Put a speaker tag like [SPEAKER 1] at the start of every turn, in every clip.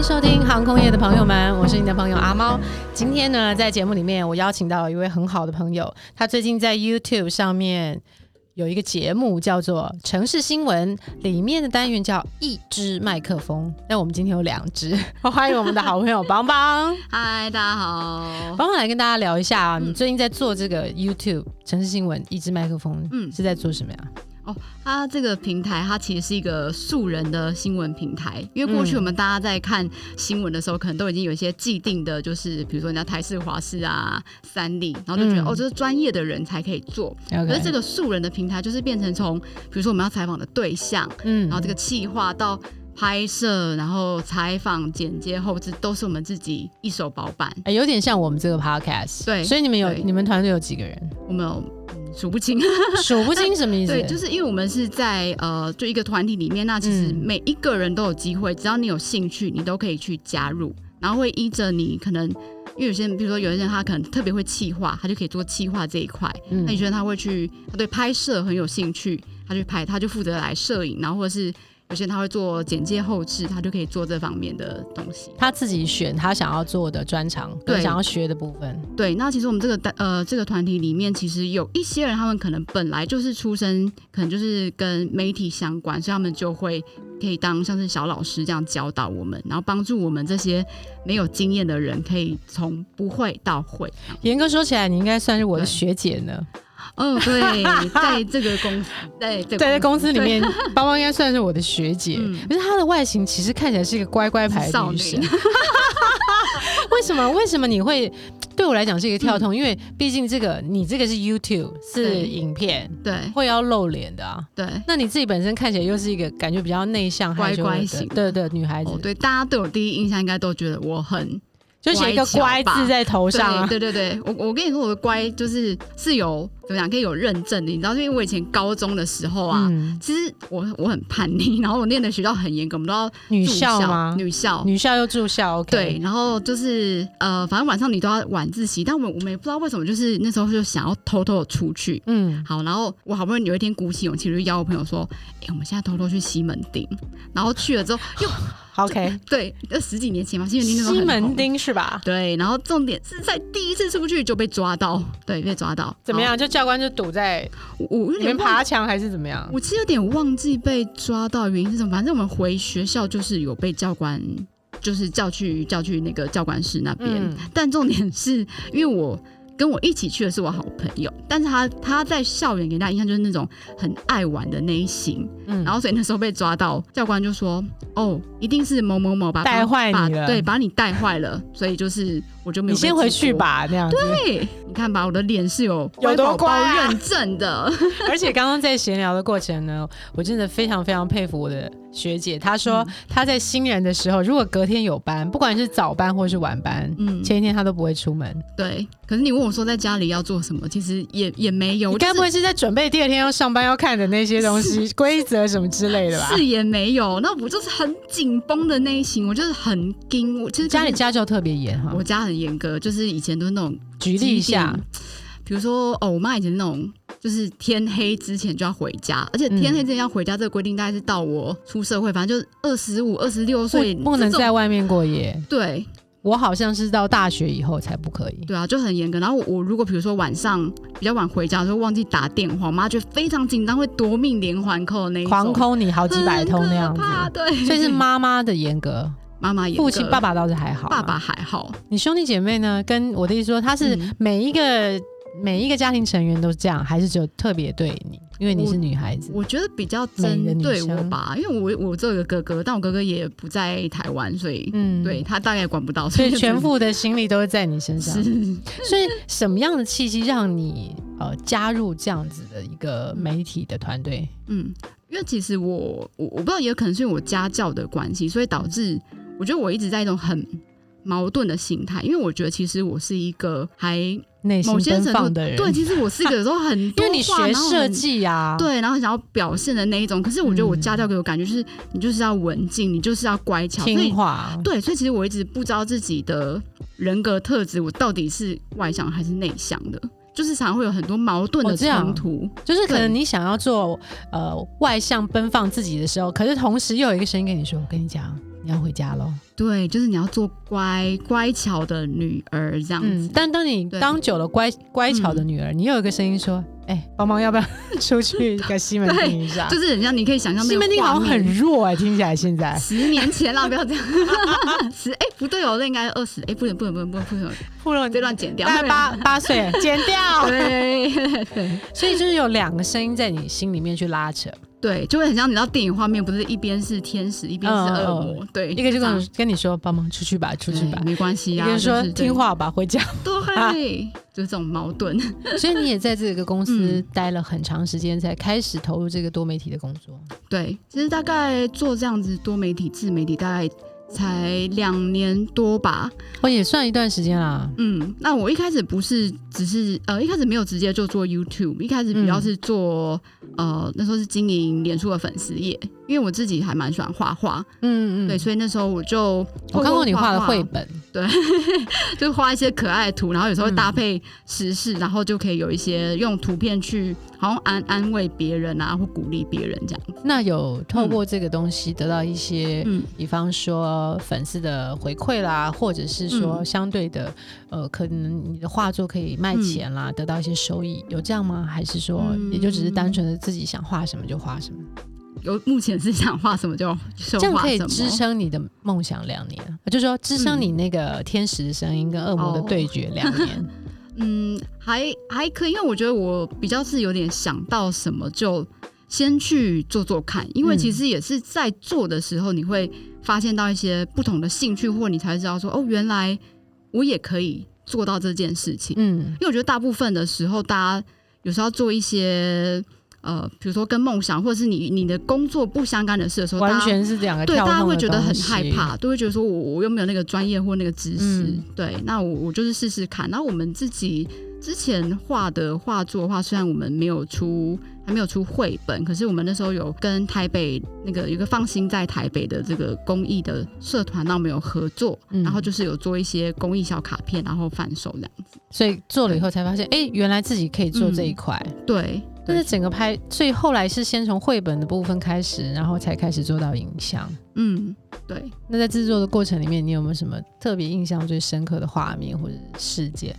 [SPEAKER 1] 收听航空业的朋友们，我是你的朋友阿猫。今天呢，在节目里面，我邀请到一位很好的朋友，他最近在 YouTube 上面有一个节目叫做《城市新闻》，里面的单元叫“一支麦克风”。那我们今天有两支， 欢迎我们的好朋友邦 邦。
[SPEAKER 2] 嗨，大家好。
[SPEAKER 1] 帮我来跟大家聊一下啊，你最近在做这个 YouTube 城市新闻一支麦克风，嗯，
[SPEAKER 2] 嗯
[SPEAKER 1] 是在做什么呀？
[SPEAKER 2] 哦，它这个平台，它其实是一个素人的新闻平台。因为过去我们大家在看新闻的时候，可能都已经有一些既定的，就是比如说人家台视、华视啊、三立，然后就觉得、
[SPEAKER 1] 嗯
[SPEAKER 2] 哦，这是专业的人才可以做。可是这
[SPEAKER 1] 个，
[SPEAKER 2] 个素人的平台，就是变成从比如说我们要采访的对象，
[SPEAKER 1] 嗯
[SPEAKER 2] 然后这个企划到拍摄，然后采访、剪接、后置，都是我们自己一手包办。
[SPEAKER 1] 哎有点像我们这个 podcast，
[SPEAKER 2] 对
[SPEAKER 1] 所以你们有
[SPEAKER 2] 对
[SPEAKER 1] 你们团队有几个人？
[SPEAKER 2] 我们有嗯数不清。
[SPEAKER 1] 数不清什么意思？
[SPEAKER 2] 对，就是因为我们是在呃，就一个团体里面，那其实
[SPEAKER 1] 嗯
[SPEAKER 2] 每一个人都有机会，只要你有兴趣，你都可以去加入，然后会依着你可能。因为有些人，比如说有些人他可能特别会气化，他就可以做气化这一块。
[SPEAKER 1] 嗯
[SPEAKER 2] 那有些人他会去，他对拍摄很有兴趣，他去拍，他就负责来摄影，然后或者是有些人他会做简介后置，他就可以做这方面的东西。
[SPEAKER 1] 他自己选他想要做的专长跟
[SPEAKER 2] 对
[SPEAKER 1] 想要学的部分。
[SPEAKER 2] 对，那其实我们这个单呃这个团体里面，其实有一些人，他们可能本来就是出身，可能就是跟媒体相关，所以他们就会可以当像是小老师这样教导我们，然后帮助我们这些没有经验的人，可以从不会到会。
[SPEAKER 1] 严格说起来，你应该算是我的
[SPEAKER 2] 对
[SPEAKER 1] 学姐呢。
[SPEAKER 2] 哦， 对，在这个公司，在这
[SPEAKER 1] 对，
[SPEAKER 2] 个
[SPEAKER 1] 在公司里
[SPEAKER 2] 对
[SPEAKER 1] 面， 邦邦应该算是我的学姐。
[SPEAKER 2] 嗯
[SPEAKER 1] 可是她的外形其实看起来是一个乖乖牌的
[SPEAKER 2] 少
[SPEAKER 1] 女
[SPEAKER 2] 女
[SPEAKER 1] 生。 为什么？为什么你会对我来讲是一个跳痛？因为毕竟这个你这个是 YouTube 是
[SPEAKER 2] 嗯对
[SPEAKER 1] 影片，
[SPEAKER 2] 对
[SPEAKER 1] 会要露脸的啊。
[SPEAKER 2] 对。
[SPEAKER 1] 那你自己本身看起来又是一个感觉比较内向、害羞的
[SPEAKER 2] 乖乖型
[SPEAKER 1] 对对女孩子，
[SPEAKER 2] 哦，对，大家对我第一印象应该都觉得我很
[SPEAKER 1] 就写一个“乖”
[SPEAKER 2] 乖巧吧
[SPEAKER 1] 字在头上啊。
[SPEAKER 2] 对对对对，我我跟你说，我的乖就是是有怎么讲，可以有认证的。你知道，因为我以前高中的时候啊，
[SPEAKER 1] 嗯，
[SPEAKER 2] 其实我我很叛逆，然后我念的学校很严格，我们都要
[SPEAKER 1] 女
[SPEAKER 2] 住
[SPEAKER 1] 校吗？
[SPEAKER 2] 女校。
[SPEAKER 1] 女校又住校，OK。
[SPEAKER 2] 对，然后就是呃，反正晚上你都要晚自习，但我们我们也不知道为什么，就是那时候就想要偷偷的出去。
[SPEAKER 1] 嗯，
[SPEAKER 2] 好，然后我好不容易有一天鼓起勇气，我就邀我朋友说：“哎、我们现在偷偷去西门町。”然后去了之后，又
[SPEAKER 1] 好，OK。
[SPEAKER 2] 对，那十几年前嘛，西门町那时候
[SPEAKER 1] 西
[SPEAKER 2] 很
[SPEAKER 1] 门
[SPEAKER 2] 红
[SPEAKER 1] 町是吧？
[SPEAKER 2] 对，然后重点是在第一次出去就被抓到，对，被抓到。
[SPEAKER 1] 怎么？样？就教官就堵在
[SPEAKER 2] 我我有
[SPEAKER 1] 你们
[SPEAKER 2] 点忘
[SPEAKER 1] 爬墙还是怎么样？
[SPEAKER 2] 我其实有点忘记被抓到的原因是什么，反正我们回学校就是有被教官，就是叫去叫去那个教官室那边。
[SPEAKER 1] 嗯
[SPEAKER 2] 但重点是因为我跟我一起去的是我好朋友，但是他他在校园给大家印象就是那种很爱玩的那一型，
[SPEAKER 1] 嗯
[SPEAKER 2] 然后所以那时候被抓到，教官就说：“哦，一定是某某某把
[SPEAKER 1] 带坏
[SPEAKER 2] 把
[SPEAKER 1] 你了
[SPEAKER 2] 对，把你带坏了。”所以就是我就没
[SPEAKER 1] 你
[SPEAKER 2] 有被
[SPEAKER 1] 先回
[SPEAKER 2] 记
[SPEAKER 1] 去
[SPEAKER 2] 过。
[SPEAKER 1] 吧，那样子。
[SPEAKER 2] 对，哎你看吧，我的脸是有
[SPEAKER 1] 有多
[SPEAKER 2] 乖宝宝
[SPEAKER 1] 乖啊
[SPEAKER 2] 认证的。
[SPEAKER 1] 而且刚刚在闲聊的过程呢，我真的非常非常佩服我的学姐。她说
[SPEAKER 2] 嗯
[SPEAKER 1] 她在新人的时候，如果隔天有班，不管是早班或是晚班，
[SPEAKER 2] 嗯
[SPEAKER 1] 前一天她都不会出门。
[SPEAKER 2] 对，可是你问我说在家里要做什么，其实也也没有，
[SPEAKER 1] 你
[SPEAKER 2] 嗯就是
[SPEAKER 1] 该不会是在准备第二天要上班要看的那些东西、规则什么之类的吧？
[SPEAKER 2] 是也没有，那我就是很紧绷的那一型，我就是很紧，我其实
[SPEAKER 1] 家里
[SPEAKER 2] 就是
[SPEAKER 1] 家教特别严哈
[SPEAKER 2] 我。家很严格，就是以前都是那种
[SPEAKER 1] 举例一下，
[SPEAKER 2] 比如说哦，我妈以前那种就是天黑之前就要回家，而且天黑之前要回家这个规定大概是到我出社会，反正就是二十五、二十六岁
[SPEAKER 1] 不不能
[SPEAKER 2] 这种
[SPEAKER 1] 在外面过夜。
[SPEAKER 2] 对
[SPEAKER 1] 我好像是到大学以后才不可以。
[SPEAKER 2] 对啊，就很严格。然后我我如果比如说晚上比较晚回家的时候忘记打电话，我妈就非常紧张，会夺命连环扣的那一种，
[SPEAKER 1] 狂抠你好几百通那样
[SPEAKER 2] 很可怕
[SPEAKER 1] 子。
[SPEAKER 2] 对，
[SPEAKER 1] 所以是妈妈的严格，
[SPEAKER 2] 妈妈也
[SPEAKER 1] 父亲爸爸倒是还好。啊
[SPEAKER 2] 爸爸，还好，
[SPEAKER 1] 你兄弟姐妹呢？跟我的意思说，他是
[SPEAKER 2] 嗯
[SPEAKER 1] 每一个、每一个家庭成员都这样，还是只有特别对你？因为你是女孩子。
[SPEAKER 2] 我觉得比较
[SPEAKER 1] 美的
[SPEAKER 2] 针
[SPEAKER 1] 女
[SPEAKER 2] 对
[SPEAKER 1] 生
[SPEAKER 2] 我吧，因为我我这个哥哥，但我哥哥也不在台湾，所以、
[SPEAKER 1] 嗯
[SPEAKER 2] 对。他大概管不到，
[SPEAKER 1] 所以
[SPEAKER 2] 就
[SPEAKER 1] 全部的心力都是在你身 上。所以什么样的契机让你呃加入这样子的一个媒体的团队？
[SPEAKER 2] 嗯，因为其实我我我不知道，也有可能是因为我家教的关系，所以导致我觉得我一直在一种很矛盾的心态，因为我觉得其实我是一个还
[SPEAKER 1] 内心
[SPEAKER 2] 某些
[SPEAKER 1] 奔
[SPEAKER 2] 程度
[SPEAKER 1] 放的人，
[SPEAKER 2] 对，其实我是一个有时候 很
[SPEAKER 1] 因
[SPEAKER 2] 多
[SPEAKER 1] 为你
[SPEAKER 2] 话
[SPEAKER 1] 学
[SPEAKER 2] 然后
[SPEAKER 1] 设
[SPEAKER 2] 很
[SPEAKER 1] 计啊，，嗯
[SPEAKER 2] 对，然后很想要表现的那一种。可是我觉得我家教给我感觉就是，你就是要文静，你就是要乖巧，所以
[SPEAKER 1] 听话，
[SPEAKER 2] 对，所以其实我一直不知道自己的人格特质，我到底是外向还是内向的，就是常会有很多矛盾
[SPEAKER 1] 哦
[SPEAKER 2] 的
[SPEAKER 1] 这样
[SPEAKER 2] 冲突。
[SPEAKER 1] 就是可能你想要做呃外向奔放自己的时候，可是同时又有一个声音跟你说：“我跟你讲，你你要回家喽。
[SPEAKER 2] 对，就是你要做乖乖巧的女儿这样子。
[SPEAKER 1] 嗯，但当你
[SPEAKER 2] 对嗯
[SPEAKER 1] 当久了乖乖巧的女儿，你又有一个声音说：“哎、帮忙要不要出去给西门町一 下
[SPEAKER 2] 就是人家你可以想？”象
[SPEAKER 1] 嗯
[SPEAKER 2] 那
[SPEAKER 1] 西
[SPEAKER 2] 个
[SPEAKER 1] 门町
[SPEAKER 2] 画
[SPEAKER 1] 好像
[SPEAKER 2] 面
[SPEAKER 1] 很弱哎、听起来现 在
[SPEAKER 2] 十年前啦，不要这样。 十哎、不对哦，那应该二十哎，不能不能不能不能不能，
[SPEAKER 1] 不容
[SPEAKER 2] 这段剪 掉。
[SPEAKER 1] 大概八八岁，剪 掉。
[SPEAKER 2] 对对对
[SPEAKER 1] 所以就是有两个声音在你心里面去拉扯，
[SPEAKER 2] 对，就会很像你知道电影画面，不是一边是天使，一边是恶魔，对，
[SPEAKER 1] 一个就
[SPEAKER 2] 这
[SPEAKER 1] 跟
[SPEAKER 2] 样
[SPEAKER 1] 你跟你说帮忙出去吧，出去吧
[SPEAKER 2] 对。没关系
[SPEAKER 1] 一
[SPEAKER 2] 呀、
[SPEAKER 1] 个人说
[SPEAKER 2] 就是啊对
[SPEAKER 1] 听，话吧，回家。
[SPEAKER 2] 对，就是这种矛盾。
[SPEAKER 1] 所以你也在这个公
[SPEAKER 2] 嗯
[SPEAKER 1] 司待了很长时间，才开始投入这个多媒体的工作。
[SPEAKER 2] 对，其实大概做这样子多媒体、自媒体，大概才两年多吧。
[SPEAKER 1] 哦，也算一段时间啦。
[SPEAKER 2] 嗯，那我一开始不是只是呃，一开始没有直接就做 YouTube，一开始比较是做、呃，那时候是经营脸书的粉丝页，因为我自己还蛮喜欢画画，
[SPEAKER 1] 嗯嗯，
[SPEAKER 2] 对，所以那时候我就
[SPEAKER 1] 我看过你画的绘
[SPEAKER 2] 会，
[SPEAKER 1] 本，
[SPEAKER 2] 就是画一些可爱的图，然后
[SPEAKER 1] 嗯
[SPEAKER 2] 有时候会搭配时事，然后就可以有一些用图片去好像安安慰别人啊，或鼓励别人这样子。
[SPEAKER 1] 那有透过这个东西得到一些，
[SPEAKER 2] 嗯，
[SPEAKER 1] 比方说粉丝的回馈啦，或者是说
[SPEAKER 2] 嗯
[SPEAKER 1] 相对的，呃，可能你的画作可以卖钱啦，得到一些收益，有这样吗？还是说
[SPEAKER 2] 嗯
[SPEAKER 1] 也就只是单纯的自己想画什么就画什么，
[SPEAKER 2] 有目前是想画什么就就
[SPEAKER 1] 这样
[SPEAKER 2] 画
[SPEAKER 1] 可以
[SPEAKER 2] 什么。嗯
[SPEAKER 1] 支撑你的梦想两年，呃就是说支撑你那个天使的声音跟恶魔的
[SPEAKER 2] 哦
[SPEAKER 1] 对决两年。
[SPEAKER 2] 嗯，还还可以，因为我觉得我比较是有点想到什么就先去做做看，因为
[SPEAKER 1] 嗯
[SPEAKER 2] 其实也是在做的时候，你会发现到一些不同的兴趣，或你才知道说哦，原来我也可以做到这件事情。
[SPEAKER 1] 嗯
[SPEAKER 2] 因为我觉得大部分的时候，大家有时候要做一些呃，比如说跟梦想或者是你你的工作不相干的事的时候，
[SPEAKER 1] 完
[SPEAKER 2] 大家
[SPEAKER 1] 全是两个
[SPEAKER 2] 对，
[SPEAKER 1] 跳
[SPEAKER 2] 大家
[SPEAKER 1] 动
[SPEAKER 2] 会
[SPEAKER 1] 的
[SPEAKER 2] 觉得很
[SPEAKER 1] 东西
[SPEAKER 2] 害怕，都会觉得说我我又没有那个专业或那个知识，
[SPEAKER 1] 嗯
[SPEAKER 2] 对，那我我就是试试看。然后我们自己之前画的画作的话，虽然我们没有出还没有出绘本，可是我们那时候有跟台北那个有一个放心在台北的这个公益的社团，那我们有合作，
[SPEAKER 1] 嗯
[SPEAKER 2] 然后就是有做一些公益小卡片，然后贩售这样。
[SPEAKER 1] 所以做了以后才发现，哎、原来自己可以做这一块。
[SPEAKER 2] 对，
[SPEAKER 1] 但
[SPEAKER 2] 嗯对
[SPEAKER 1] 是整个拍，所以后来是先从绘本的部分开始，然后才开始做到影像。
[SPEAKER 2] 嗯，对。
[SPEAKER 1] 那在制作的过程里面，你有没有什么特别印象最深刻的画面或者事件？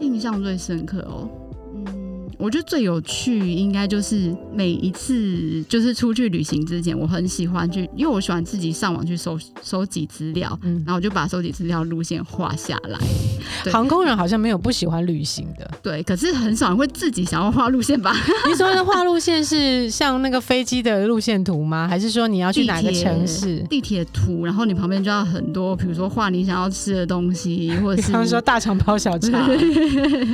[SPEAKER 2] 印象最深刻哦。嗯，我觉得最有趣应该就是每一次就是出去旅行之前，我很喜欢去，因为我喜欢自己上网去搜搜集资料，
[SPEAKER 1] 嗯
[SPEAKER 2] 然，后我就把搜集资料路线画下来。对
[SPEAKER 1] 航空人好像没有不喜欢旅行 的。
[SPEAKER 2] 对，可是很少人会自己想要画路线吧？
[SPEAKER 1] 你所谓的画路线是像那个飞机的路线图吗？还是说你要去哪个
[SPEAKER 2] 地铁
[SPEAKER 1] 城市？
[SPEAKER 2] 地铁图，然后你旁边就要很多，比如说画你想要吃的东西，或者
[SPEAKER 1] 比
[SPEAKER 2] 是
[SPEAKER 1] 方说大肠包小 肠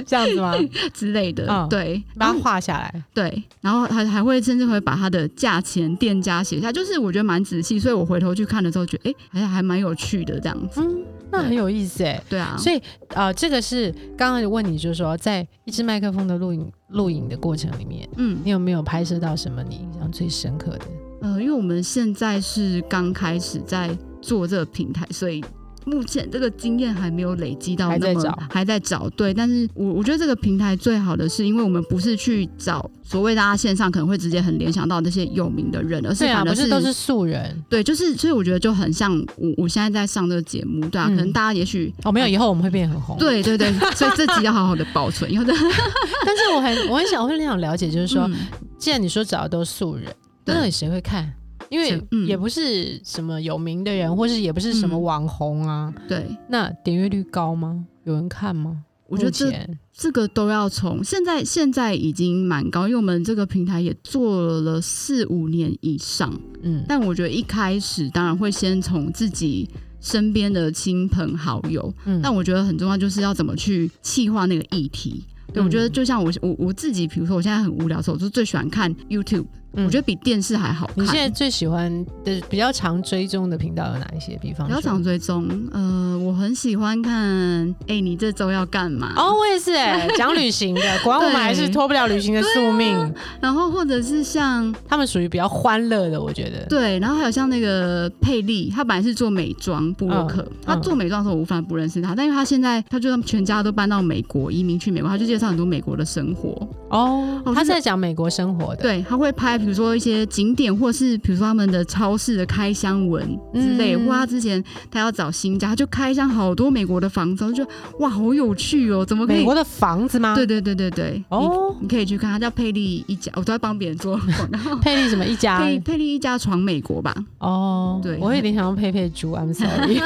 [SPEAKER 1] 这样子吗？
[SPEAKER 2] 之类的。
[SPEAKER 1] 嗯
[SPEAKER 2] 对，
[SPEAKER 1] 把它画下来。
[SPEAKER 2] 对，然后还还会甚至会把它的价钱、店家写下，就是我觉得蛮仔细，所以我回头去看的时候，觉得哎，还还蛮有趣的这样子。
[SPEAKER 1] 嗯，那很有意思哎。
[SPEAKER 2] 对啊，
[SPEAKER 1] 所以呃，这个是刚刚问你，就是说，在一支麦克风的录影录影的过程里面，
[SPEAKER 2] 嗯
[SPEAKER 1] 你有没有拍摄到什么你印象最深刻的？
[SPEAKER 2] 呃，因为我们现在是刚开始在做这个平台，所以。目前这个经验还没有累积到
[SPEAKER 1] 还在
[SPEAKER 2] 那么
[SPEAKER 1] 找
[SPEAKER 2] 还在找对，但是我我觉得这个平台最好的是，因为我们不是去找所谓大家线上可能会直接很联想到那些有名的人，而是
[SPEAKER 1] 对啊，
[SPEAKER 2] 反
[SPEAKER 1] 不
[SPEAKER 2] 而
[SPEAKER 1] 是都是素人
[SPEAKER 2] 对，就是所以我觉得就很像我我现在在上这个节目，对啊，
[SPEAKER 1] 嗯
[SPEAKER 2] 可能大家也许
[SPEAKER 1] 哦，没有，以后我们会变很红。，
[SPEAKER 2] 啊对对对，所以这集要好好的保存，要的
[SPEAKER 1] 但是我很我很想我很想了解，就是说，
[SPEAKER 2] 嗯
[SPEAKER 1] 既然你说找的都是素人，那
[SPEAKER 2] 对
[SPEAKER 1] 到底谁会看？因为
[SPEAKER 2] 谁嗯
[SPEAKER 1] 也不是什么有名的人，或是也不是什么
[SPEAKER 2] 嗯
[SPEAKER 1] 网红啊，
[SPEAKER 2] 对，
[SPEAKER 1] 那点阅率高吗？有人看吗？
[SPEAKER 2] 我觉得
[SPEAKER 1] 目
[SPEAKER 2] 这
[SPEAKER 1] 前
[SPEAKER 2] 这个都要从现在现在已经蛮高，因为我们这个平台也做了四五年以上，
[SPEAKER 1] 嗯，
[SPEAKER 2] 但我觉得一开始当然会先从自己身边的亲朋好友，
[SPEAKER 1] 嗯
[SPEAKER 2] 但我觉得很重要就是要怎么去细化那个议题。对，
[SPEAKER 1] 嗯
[SPEAKER 2] 我觉得就像我我我自己，比如说我现在很无聊的时候，我就最喜欢看 YouTube，、
[SPEAKER 1] 嗯
[SPEAKER 2] 我觉得比电视还好看。
[SPEAKER 1] 你现在最喜欢的比较常追踪的频道有哪一些？比方
[SPEAKER 2] 不要
[SPEAKER 1] 说，
[SPEAKER 2] 想追踪，呃，我很喜欢看，哎、你这周要干嘛？
[SPEAKER 1] 哦，我也是哎、讲旅行的，果然我们还是
[SPEAKER 2] 对
[SPEAKER 1] 脱不了旅行的宿命。
[SPEAKER 2] 然后或者是像
[SPEAKER 1] 他们属于比较欢乐的，我觉得。
[SPEAKER 2] 对，然后还有像那个佩丽，她本来是做美妆布洛
[SPEAKER 1] 嗯
[SPEAKER 2] 克，她做美妆的时候我反而不认识她，但因为她现在她就他们全家都搬到美国，移民去美国，她就介绍很多美国的生活。
[SPEAKER 1] 哦，
[SPEAKER 2] 哦
[SPEAKER 1] 他
[SPEAKER 2] 真的
[SPEAKER 1] 在讲美国生活的。
[SPEAKER 2] 对，她会拍比如比如说一些景点，或是比如说他们的超市的开箱文之类，
[SPEAKER 1] 嗯
[SPEAKER 2] 或他之前他要找新家，他就开箱好多美国的房子，我就觉得哇，好有趣哦，怎么可
[SPEAKER 1] 美
[SPEAKER 2] 以？
[SPEAKER 1] 国的房子吗？
[SPEAKER 2] 对对对对对，你
[SPEAKER 1] 哦，。
[SPEAKER 2] 你可以去看，它叫佩利一家，我都在帮别人做广告
[SPEAKER 1] 佩丽什么一家
[SPEAKER 2] 佩佩利一家闯美国吧，
[SPEAKER 1] 哦，
[SPEAKER 2] 对
[SPEAKER 1] 我有点想要佩佩猪，I'm sorry。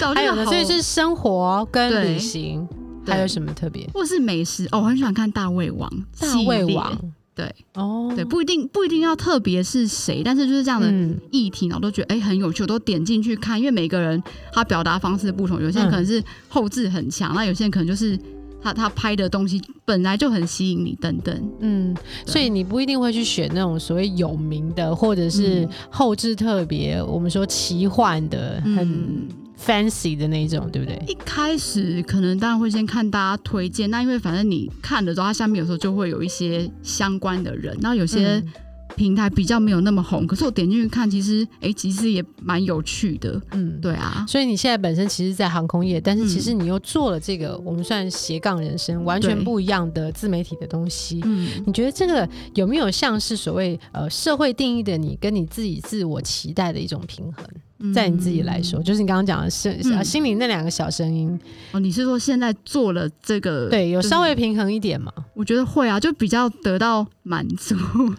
[SPEAKER 2] 早就
[SPEAKER 1] 还有
[SPEAKER 2] 好
[SPEAKER 1] 呢，所以是生活跟
[SPEAKER 2] 对
[SPEAKER 1] 旅行，
[SPEAKER 2] 对
[SPEAKER 1] 还有什么特别？
[SPEAKER 2] 或是美食哦，我很喜欢看大胃王，
[SPEAKER 1] 大胃王，
[SPEAKER 2] 对
[SPEAKER 1] 哦
[SPEAKER 2] 系列，，对，不一定不一定要特别是谁，但是就是这样的
[SPEAKER 1] 嗯
[SPEAKER 2] 议题，然后都觉得哎、很有趣，我都点进去看，因为每个人他表达方式不同，有些人
[SPEAKER 1] 嗯
[SPEAKER 2] 可能是后置很强，那有些人可能就是他他拍的东西本来就很吸引你等等，
[SPEAKER 1] 嗯，所以你不一定会去选那种所谓有名的，或者是
[SPEAKER 2] 嗯
[SPEAKER 1] 后置特别，我们说奇幻的、很
[SPEAKER 2] 嗯，
[SPEAKER 1] fancy 的那一种，对不对？
[SPEAKER 2] 一开始可能当然会先看大家推荐，那因为反正你看的时候，它下面有时候就会有一些相关的人，然后有些
[SPEAKER 1] 嗯
[SPEAKER 2] 平台比较没有那么红，可是我点进去看，其实哎、其实也蛮有趣的，
[SPEAKER 1] 嗯。
[SPEAKER 2] 对啊，
[SPEAKER 1] 所以你现在本身其实，在航空业，但是
[SPEAKER 2] 嗯
[SPEAKER 1] 其实你又做了这个，我们算斜杠人生，完全
[SPEAKER 2] 对
[SPEAKER 1] 不一样的自媒体的东西。
[SPEAKER 2] 嗯，
[SPEAKER 1] 你觉得这个有没有像是所谓呃社会定义的你跟你自己自我期待的一种平衡？在你自己来说，就是你刚刚讲的声、
[SPEAKER 2] 嗯
[SPEAKER 1] 呃心里那两个小声音，
[SPEAKER 2] 哦，你是说现在做了这个？
[SPEAKER 1] 对，有
[SPEAKER 2] 就是
[SPEAKER 1] 稍微平衡一点嘛？
[SPEAKER 2] 我觉得会啊，就比较得到满足。 因为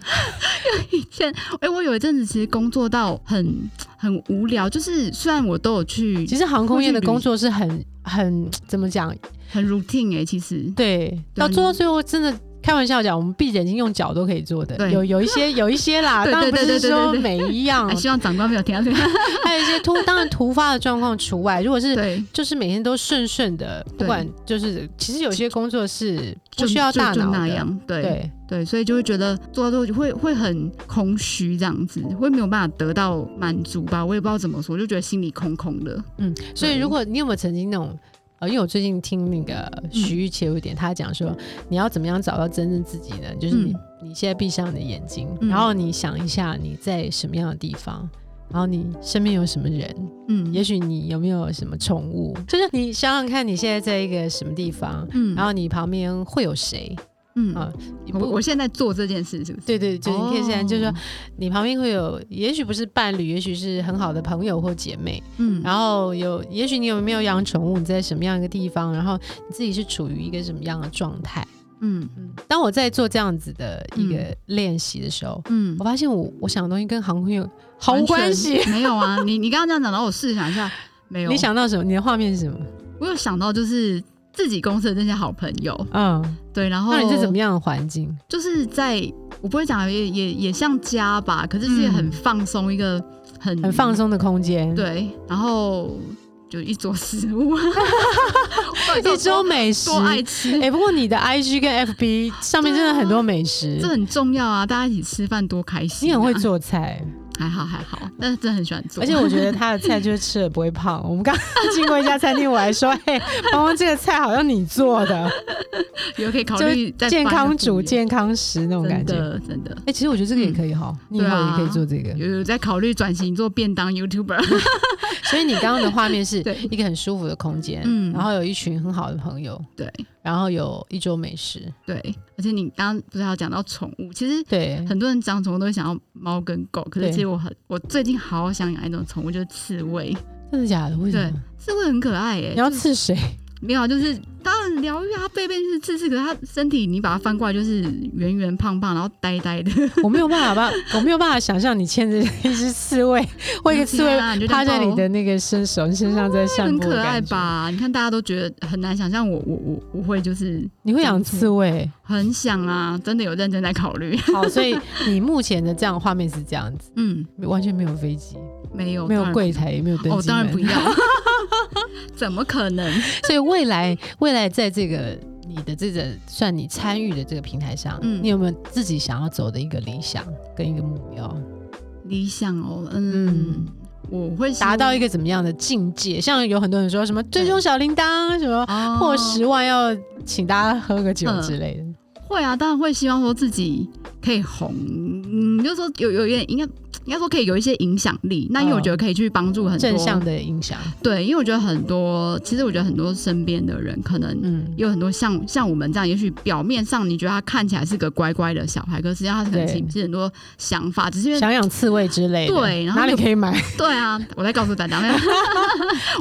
[SPEAKER 2] 以前，哎、我有一阵子其实工作到很很无聊，就是虽然我都有去
[SPEAKER 1] 其实航空业的
[SPEAKER 2] 或许旅
[SPEAKER 1] 工作是很很怎么讲？
[SPEAKER 2] 很 routine 哎、其实
[SPEAKER 1] 对，
[SPEAKER 2] 对
[SPEAKER 1] 到
[SPEAKER 2] 啊
[SPEAKER 1] 做到
[SPEAKER 2] 你
[SPEAKER 1] 最后真的。开玩笑讲，我们闭着眼睛用脚都可以做的，
[SPEAKER 2] 对
[SPEAKER 1] 有有一些有一些 啦，
[SPEAKER 2] 对
[SPEAKER 1] 当然
[SPEAKER 2] 对
[SPEAKER 1] 不是
[SPEAKER 2] 对对对
[SPEAKER 1] 说
[SPEAKER 2] 对
[SPEAKER 1] 每一 样
[SPEAKER 2] 哎，，希望长官没有听到 这个。
[SPEAKER 1] 还有一些突当然突发的状况除外。如果是
[SPEAKER 2] 对，
[SPEAKER 1] 就是每天都顺顺的，不
[SPEAKER 2] 对
[SPEAKER 1] 管就是其实有些工作是不
[SPEAKER 2] 就
[SPEAKER 1] 需要
[SPEAKER 2] 就
[SPEAKER 1] 大
[SPEAKER 2] 就
[SPEAKER 1] 脑
[SPEAKER 2] 那
[SPEAKER 1] 的，
[SPEAKER 2] 样，对
[SPEAKER 1] 对，
[SPEAKER 2] 对，所以就会觉得做到最后就会会很空虚，这样子会没有办法得到满足吧？我也不知道怎么说，就觉得心里空空的。
[SPEAKER 1] 嗯，所以
[SPEAKER 2] 对
[SPEAKER 1] 如果你有没有曾经那种，呃，因为我最近听那个
[SPEAKER 2] 嗯
[SPEAKER 1] 徐玉切入点，他讲说，你要怎么样找到真正自己呢？就是你、你现在闭上你的眼睛，
[SPEAKER 2] 嗯
[SPEAKER 1] 然后你想一下你在什么样的地方。然后你身边有什么人？
[SPEAKER 2] 嗯，
[SPEAKER 1] 也许你有没有什么宠物？就是你想想看，你现在在一个什么地方，
[SPEAKER 2] 嗯，
[SPEAKER 1] 然后你旁边会有谁？
[SPEAKER 2] 嗯，
[SPEAKER 1] 啊你
[SPEAKER 2] 我
[SPEAKER 1] 不
[SPEAKER 2] 我现在做这件事是不是？
[SPEAKER 1] 对对，就是你可以现在就是说
[SPEAKER 2] 哦，，
[SPEAKER 1] 你旁边会有，也许不是伴侣，也许是很好的朋友或姐妹，
[SPEAKER 2] 嗯，
[SPEAKER 1] 然后有，也许你有没有养宠物？你在什么样一个地方？然后你自己是处于一个什么样的状态？
[SPEAKER 2] 嗯
[SPEAKER 1] 嗯，当我在做这样子的一个练习的时候，
[SPEAKER 2] 嗯
[SPEAKER 1] 我，发现我我想的东西跟航空有毫无
[SPEAKER 2] 完全
[SPEAKER 1] 关系。
[SPEAKER 2] 没有 啊，你你刚刚这样讲，然后我试想一下， 没有。
[SPEAKER 1] 你，想到什么？你的画面是什么？
[SPEAKER 2] 我有想到就是自己公司的那些好朋友，
[SPEAKER 1] 嗯，
[SPEAKER 2] 对，然后
[SPEAKER 1] 那你是怎么样的环境？
[SPEAKER 2] 就是在我不会讲，也也也像家吧，可是是很
[SPEAKER 1] 嗯
[SPEAKER 2] 放松，一个很
[SPEAKER 1] 很放，松的空间，，
[SPEAKER 2] 嗯对，然后就一桌食 物，
[SPEAKER 1] 一桌美食
[SPEAKER 2] 多。爱吃
[SPEAKER 1] 哎、。不过你的 IG 跟 FB 上面真的很多美食，
[SPEAKER 2] 这很重要啊！大家一起吃饭多开心、
[SPEAKER 1] 你很会，做菜，
[SPEAKER 2] 还好还好，但是真的很喜欢做。
[SPEAKER 1] 而且我觉得他的菜就是吃了不会胖。我们刚刚经过一家餐厅，我还说：“嘿，芳芳这个菜好像你做的，
[SPEAKER 2] 以后可以考
[SPEAKER 1] 就
[SPEAKER 2] 虑再
[SPEAKER 1] 健
[SPEAKER 2] 办一个
[SPEAKER 1] 康
[SPEAKER 2] 副
[SPEAKER 1] 煮
[SPEAKER 2] 业
[SPEAKER 1] 健康食那种感
[SPEAKER 2] 真
[SPEAKER 1] 觉。”
[SPEAKER 2] 的真的
[SPEAKER 1] 哎、其实我觉得这个也可以哈，你以后也可以做这个。
[SPEAKER 2] 有有在考虑转型做便当 YouTuber。
[SPEAKER 1] 所以你刚刚的画面是
[SPEAKER 2] 对
[SPEAKER 1] 一个很舒服的空间，
[SPEAKER 2] 嗯
[SPEAKER 1] 然后有一群很好的朋友，
[SPEAKER 2] 对，
[SPEAKER 1] 然后有一桌美食，
[SPEAKER 2] 对，而且你刚刚不是还有讲到宠物，其实
[SPEAKER 1] 对，
[SPEAKER 2] 很多人讲宠物都会想要猫跟狗，可
[SPEAKER 1] 对
[SPEAKER 2] 是其实我很我最近好想养一种宠物，就是刺猬。
[SPEAKER 1] 真的假的？为什么？
[SPEAKER 2] 刺猬很可爱耶、
[SPEAKER 1] 你要刺谁？
[SPEAKER 2] 没有啊，就是它很疗愈啊，它背背是刺刺，可是它身体你把它翻过来就是圆圆胖胖，然后呆 呆的。
[SPEAKER 1] 我没有办法把，我没有办法想象你牵着一只刺猬， 或一个刺
[SPEAKER 2] 天
[SPEAKER 1] 猬
[SPEAKER 2] 啊你就这
[SPEAKER 1] 趴
[SPEAKER 2] 样
[SPEAKER 1] 在
[SPEAKER 2] 抱
[SPEAKER 1] 你的那个身手身上在散
[SPEAKER 2] 嗯很
[SPEAKER 1] 步，
[SPEAKER 2] 可爱？吧？你看大家都觉得很难想象我，我我我会就是
[SPEAKER 1] 你会养刺猬？
[SPEAKER 2] 很想啊，真的有认真在考虑。
[SPEAKER 1] 好，所以你目前的这样画面是这样子，
[SPEAKER 2] 嗯，
[SPEAKER 1] 完全没有飞机，
[SPEAKER 2] 没有
[SPEAKER 1] 没有
[SPEAKER 2] 哦当然
[SPEAKER 1] 柜台，也没有登机门。
[SPEAKER 2] 哦，当然不要， 怎么可能？
[SPEAKER 1] 所以未来，未来在这个你的这个算你参与的这个平台上，
[SPEAKER 2] 嗯
[SPEAKER 1] 你有没有自己想要走的一个理想跟一个目标，
[SPEAKER 2] 理想哦，嗯，
[SPEAKER 1] 嗯
[SPEAKER 2] 我会希望
[SPEAKER 1] 达到一个怎么样的境界？像有很多人说什么追踪小铃铛，什么
[SPEAKER 2] 哦
[SPEAKER 1] 破十万要请大家喝个酒之类的。
[SPEAKER 2] 嗯会啊，当然会希望说自己可以红，嗯，就是说有有一点应该应应该说可以有一些影响力。那因为我觉得可以去帮助很多
[SPEAKER 1] 正向的影响，
[SPEAKER 2] 对，因为我觉得很多，其实我觉得很多身边的人可能
[SPEAKER 1] 嗯，
[SPEAKER 2] 有很多像像我们这样，也许表面上你觉得他看起来是个乖乖的小孩，可是实际上他可能
[SPEAKER 1] 对
[SPEAKER 2] 其实很多想法，只是因为
[SPEAKER 1] 嗯想养刺猬之类的，
[SPEAKER 2] 对然后
[SPEAKER 1] 哪里
[SPEAKER 2] 就
[SPEAKER 1] 可以 买？
[SPEAKER 2] 对啊，我在告诉大 家，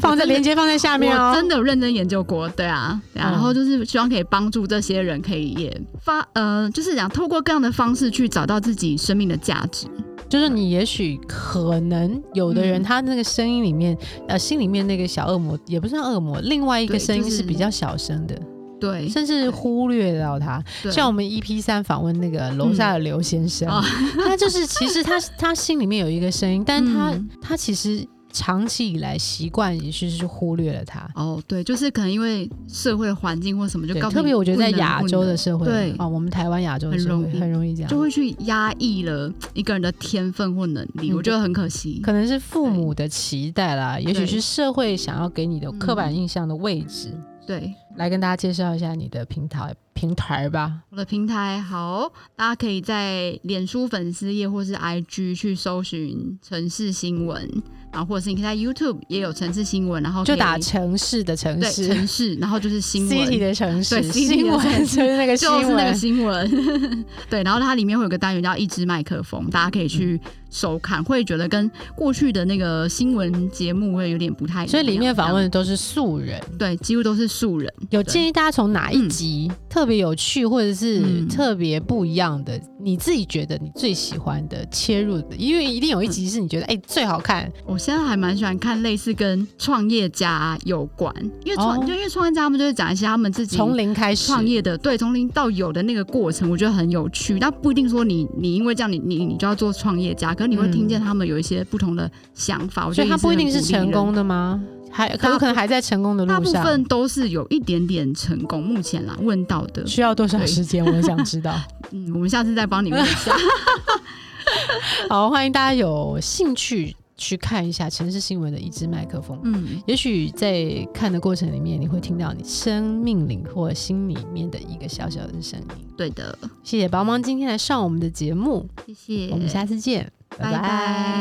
[SPEAKER 1] 放在链接放在下面
[SPEAKER 2] 我
[SPEAKER 1] 哦
[SPEAKER 2] 真。的有认真研究过，对啊，对啊
[SPEAKER 1] 嗯
[SPEAKER 2] 然后就是希望可以帮助这些人，可以也发呃，就是讲透过各样的方式去找到自己生命的价值。
[SPEAKER 1] 就是你也许可能有的人
[SPEAKER 2] 嗯
[SPEAKER 1] 他那个声音里面，呃，心里面那个小恶魔也不算恶魔，另外一个
[SPEAKER 2] 对
[SPEAKER 1] 声音
[SPEAKER 2] 就是
[SPEAKER 1] 是比较小声的，
[SPEAKER 2] 对，
[SPEAKER 1] 甚至忽略到他。
[SPEAKER 2] 对
[SPEAKER 1] 像我们 EP 三访问那个楼下的刘先生，
[SPEAKER 2] 嗯哦
[SPEAKER 1] 他就是其实他他心里面有一个声音，但他、
[SPEAKER 2] 嗯
[SPEAKER 1] 他其实长期以来习惯也是是忽略了他。
[SPEAKER 2] 哦，对，就是可能因为社会的环境或什么，就
[SPEAKER 1] 对
[SPEAKER 2] 告，诉
[SPEAKER 1] 特别
[SPEAKER 2] 你
[SPEAKER 1] 我觉得
[SPEAKER 2] 不
[SPEAKER 1] 在
[SPEAKER 2] 能
[SPEAKER 1] 亚
[SPEAKER 2] 不
[SPEAKER 1] 洲
[SPEAKER 2] 能
[SPEAKER 1] 的社会，
[SPEAKER 2] 对
[SPEAKER 1] 哦，我们台湾亚洲的社会
[SPEAKER 2] 很容易
[SPEAKER 1] 很容易这样，
[SPEAKER 2] 就会去压抑了一个人的天分或能力，
[SPEAKER 1] 嗯
[SPEAKER 2] 我觉得很可惜。
[SPEAKER 1] 可能是父母的期待啦，也许
[SPEAKER 2] 对
[SPEAKER 1] 是社会想要给你的
[SPEAKER 2] 嗯
[SPEAKER 1] 刻板印象的位置。
[SPEAKER 2] 对，
[SPEAKER 1] 来跟大家介绍一下你的平台平台吧。
[SPEAKER 2] 我的平台好，大家可以在脸书粉丝页或是 IG 去搜寻城市新闻，然后或者是你可以在 YouTube 也有城市新闻，然后
[SPEAKER 1] 就
[SPEAKER 2] 可以
[SPEAKER 1] 打城市的城
[SPEAKER 2] 对
[SPEAKER 1] 市
[SPEAKER 2] 城市，然后就 是新
[SPEAKER 1] ，city
[SPEAKER 2] 闻。
[SPEAKER 1] 的城市，
[SPEAKER 2] 对
[SPEAKER 1] 新
[SPEAKER 2] city 的
[SPEAKER 1] 闻
[SPEAKER 2] 城市
[SPEAKER 1] 就是那个新
[SPEAKER 2] 就是那个
[SPEAKER 1] 闻。
[SPEAKER 2] 新闻， 对，然后它里面会有个单元叫一支麦克风，大家可以去
[SPEAKER 1] 嗯
[SPEAKER 2] 收看，会觉得跟过去的那个新闻节目会有点不太一样，
[SPEAKER 1] 所以里面访问的都是素人，
[SPEAKER 2] 对几乎都是素人，
[SPEAKER 1] 有
[SPEAKER 2] 对
[SPEAKER 1] 建议大家从哪一集特别有趣，或者是
[SPEAKER 2] 嗯
[SPEAKER 1] 特别不一样的，你自己觉得你最喜欢的切入的，因为一定有一集
[SPEAKER 2] 嗯
[SPEAKER 1] 是你觉得哎最好看，
[SPEAKER 2] 我现在还蛮喜欢看类似跟创业家有关，因为创、
[SPEAKER 1] 哦
[SPEAKER 2] 就因为创业家他们就会讲一些他们自己
[SPEAKER 1] 从零开始
[SPEAKER 2] 创业的，对，从零到有的那个过程，我觉得很有趣。
[SPEAKER 1] 嗯
[SPEAKER 2] 那不一定说你你因为这样你你你就要做创业家，可是你会
[SPEAKER 1] 嗯
[SPEAKER 2] 听见他们有一些不同的想法，我觉
[SPEAKER 1] 所
[SPEAKER 2] 得
[SPEAKER 1] 以它
[SPEAKER 2] 也
[SPEAKER 1] 不一定
[SPEAKER 2] 很
[SPEAKER 1] 是
[SPEAKER 2] 鼓励
[SPEAKER 1] 成
[SPEAKER 2] 人
[SPEAKER 1] 功。的吗？还可
[SPEAKER 2] 大
[SPEAKER 1] 有
[SPEAKER 2] 部
[SPEAKER 1] 可能还在成功的
[SPEAKER 2] 大
[SPEAKER 1] 路
[SPEAKER 2] 部
[SPEAKER 1] 上，
[SPEAKER 2] 分都是有一点点成功，目前啦问到的，
[SPEAKER 1] 需要多少
[SPEAKER 2] 对
[SPEAKER 1] 时间？我想知道。
[SPEAKER 2] 嗯，我们下次再帮你问一下。
[SPEAKER 1] 好，欢迎大家有兴趣去看一下城市新闻的一支麦克风。
[SPEAKER 2] 嗯，
[SPEAKER 1] 也许在看的过程里面，你会听到你生命里或心里面的一个小小的声音。
[SPEAKER 2] 对的，
[SPEAKER 1] 谢谢帮忙今天来上我们的节目，
[SPEAKER 2] 谢谢，
[SPEAKER 1] 我们下次见，拜
[SPEAKER 2] 拜拜